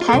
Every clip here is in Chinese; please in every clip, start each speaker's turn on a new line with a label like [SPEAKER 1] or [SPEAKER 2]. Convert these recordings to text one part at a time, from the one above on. [SPEAKER 1] 台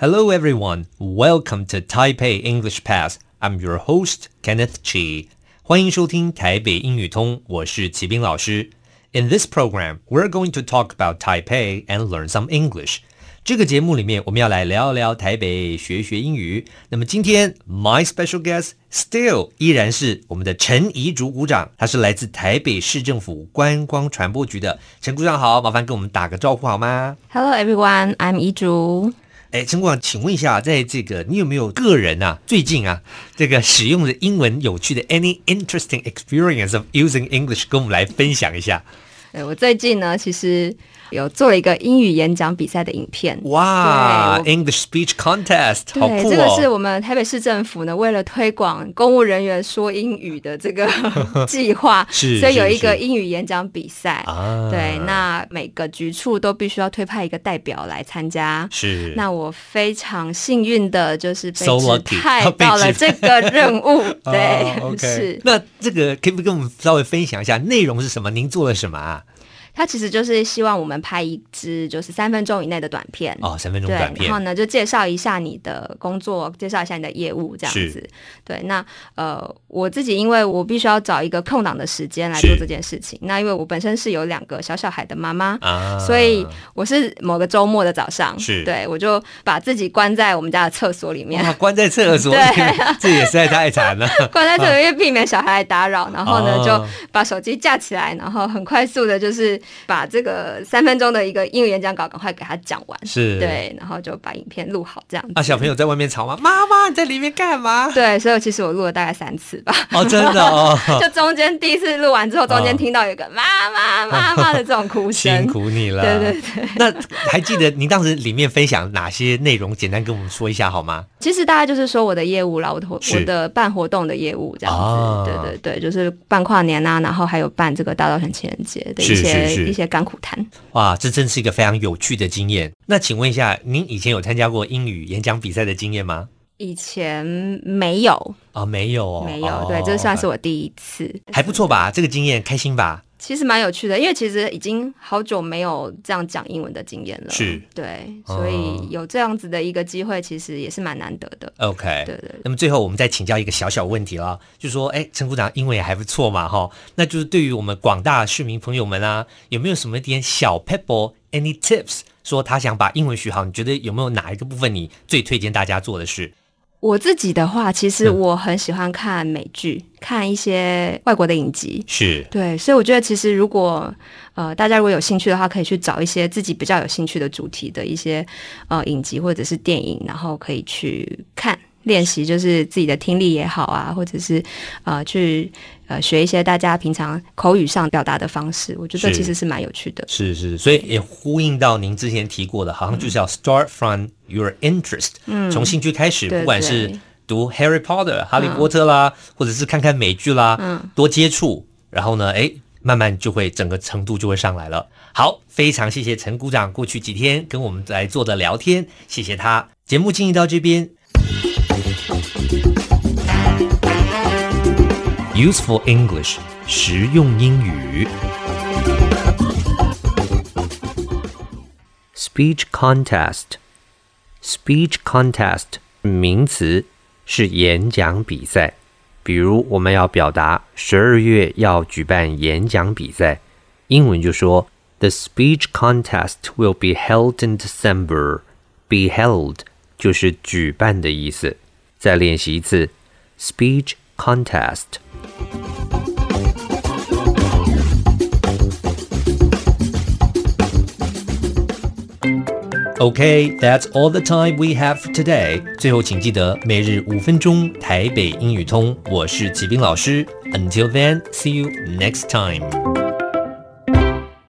[SPEAKER 2] Hello, everyone. Welcome to Taipei English Pass. I'm your host, Kenneth Chi. 欢迎收听台北英语通，我是齐斌老师。In this program, we're going to talk about Taipei and learn some English. 这个节目里面，我们要来聊聊台北，学学英语。那么今天 my special guest still 依然是我们的陈怡竹股长，他是来自台北市政府观光传播局的陈股长好，麻烦跟我们打个招呼好吗？
[SPEAKER 3] Hello everyone, I'm 怡竹。
[SPEAKER 2] 哎，陈股长，请问一下，在这个你有没有个人啊，最近啊，这个使用的英文有趣的 any interesting experience of using English 跟我们来分享一下？
[SPEAKER 3] 对哎我最近呢，其实有做了一个英语演讲比赛的影片。
[SPEAKER 2] 哇
[SPEAKER 3] 对
[SPEAKER 2] ，English speech contest，好
[SPEAKER 3] 对，
[SPEAKER 2] 酷
[SPEAKER 3] 这个是
[SPEAKER 2] 哦！
[SPEAKER 3] 我们台北市政府呢，为了推广公务人员说英语的这个 计划，
[SPEAKER 2] 是
[SPEAKER 3] 所以有
[SPEAKER 2] 是
[SPEAKER 3] 一个
[SPEAKER 2] 是
[SPEAKER 3] 英语演讲比赛。
[SPEAKER 2] 啊
[SPEAKER 3] 对，那每个局处都必须要推派一个代表来参加。
[SPEAKER 2] 是
[SPEAKER 3] 那我非常幸运的就是被
[SPEAKER 2] So
[SPEAKER 3] 指
[SPEAKER 2] lucky，
[SPEAKER 3] 派
[SPEAKER 2] 被
[SPEAKER 3] 到了
[SPEAKER 2] 指
[SPEAKER 3] 这个任 务。
[SPEAKER 2] 哦
[SPEAKER 3] 对，
[SPEAKER 2] ，OK
[SPEAKER 3] 是。
[SPEAKER 2] 那这个可不可以跟我们稍微分享一下内容是什么？您做了什么啊？
[SPEAKER 3] 他其实就是希望我们拍一支就是三分钟以内的短片。
[SPEAKER 2] 哦，三分钟
[SPEAKER 3] 对
[SPEAKER 2] 短，
[SPEAKER 3] 然
[SPEAKER 2] 片
[SPEAKER 3] 后，呢，就介绍一下你的工作，介绍一下你的业务这样
[SPEAKER 2] 是
[SPEAKER 3] 子。对，那呃，我自己因为我必须要找一个空档的时间来做
[SPEAKER 2] 是
[SPEAKER 3] 这件事情。那因为我本身是有两个小小孩的妈妈，
[SPEAKER 2] 啊
[SPEAKER 3] 所以我是某个周末的早上，
[SPEAKER 2] 是
[SPEAKER 3] 对我就把自己关在我们家的厕所 里面，
[SPEAKER 2] 哇，关在厕所里面， 这也实在太惨 了。
[SPEAKER 3] 关在这里，因为避免小孩来打扰。然后呢，
[SPEAKER 2] 哦
[SPEAKER 3] 就把手机架起来，然后很快速的，就是把这个三分钟的一个英语演讲稿赶快给他讲完。
[SPEAKER 2] 是
[SPEAKER 3] 对，然后就把影片录好这样子。
[SPEAKER 2] 啊，小朋友在外面吵吗？妈妈，你在里面干嘛？
[SPEAKER 3] 对，所以其实我录了大概三次吧。
[SPEAKER 2] 哦，真的哦。
[SPEAKER 3] 就中间第一次录完之后，中间
[SPEAKER 2] 哦
[SPEAKER 3] 听到有一个妈妈妈妈的这种哭声
[SPEAKER 2] 啊辛。苦你了。
[SPEAKER 3] 对
[SPEAKER 2] 对对。那还记得您当时里面分享哪些内容？简单跟我们说一下好吗？
[SPEAKER 3] 其实大概就是说我的业务啦，我的活
[SPEAKER 2] 是
[SPEAKER 3] 我的办活动的业务这样子，
[SPEAKER 2] 啊
[SPEAKER 3] 对对对，就是办跨年啊，然后还有办这个大稻埕情人节的一
[SPEAKER 2] 是
[SPEAKER 3] 些
[SPEAKER 2] 是是
[SPEAKER 3] 一些甘苦谈。
[SPEAKER 2] 哇，这真是一个非常有趣的经验。那请问一下，您以前有参加过英语演讲比赛的经验吗？
[SPEAKER 3] 以前没有，
[SPEAKER 2] 啊、没有哦，
[SPEAKER 3] 没有，
[SPEAKER 2] 哦
[SPEAKER 3] 对，这算是我第一次，
[SPEAKER 2] 还不错吧？这个经验开心吧？
[SPEAKER 3] 其实蛮有趣的，因为其实已经好久没有这样讲英文的经验了，
[SPEAKER 2] 是，嗯
[SPEAKER 3] 对，所以有这样子的一个机会，其实也是蛮难得的，
[SPEAKER 2] OK，
[SPEAKER 3] 对对对
[SPEAKER 2] 那么最后我们再请教一个小小问题啦，就说，哎，陈股长英文也还不错嘛，哈，那就是对于我们广大市民朋友们啊，有没有什么一点小 pebble，any tips？说他想把英文学好，你觉得有没有哪一个部分你最推荐大家做的事？
[SPEAKER 3] 我自己的话，其
[SPEAKER 2] 嗯
[SPEAKER 3] 实我很喜欢看美剧，看一些外国的影集。
[SPEAKER 2] 是
[SPEAKER 3] 对，所以我觉得其实如果呃大家如果有兴趣的话，可以去找一些自己比较有兴趣的主题的一些呃影集或者是电影，然后可以去看练习，就是自己的听力也好啊，或者是呃去呃学一些大家平常口语上表达的方式，我觉得
[SPEAKER 2] 是
[SPEAKER 3] 其实是蛮有趣的。
[SPEAKER 2] 是是，所以也呼应到您之前提过的，好像就是要 start from your interest，嗯，从兴趣开始，
[SPEAKER 3] 对
[SPEAKER 2] 不管是
[SPEAKER 3] 对嗯
[SPEAKER 2] 读 Harry Potter 哈利波特啦，或者是看看美剧啦，嗯，多接触，然后呢，哎，慢慢就会整个程度就会上来了。好，非常谢谢陈股长过去几天跟我们来做的聊天，谢谢他。节目进行到这边。Useful English，实用英语。Speech contest, speech contest 名词是演讲比赛。比如我们要表达十二月要举办演讲比赛，英文就说 The speech contest will be held in December. Be held 就是举办的意思。再练习一次 speech contest。Okay, that's all the time we have for today. 最后，请记得每日五分钟台北英语通，我是齐斌老师。Until then, see you next time.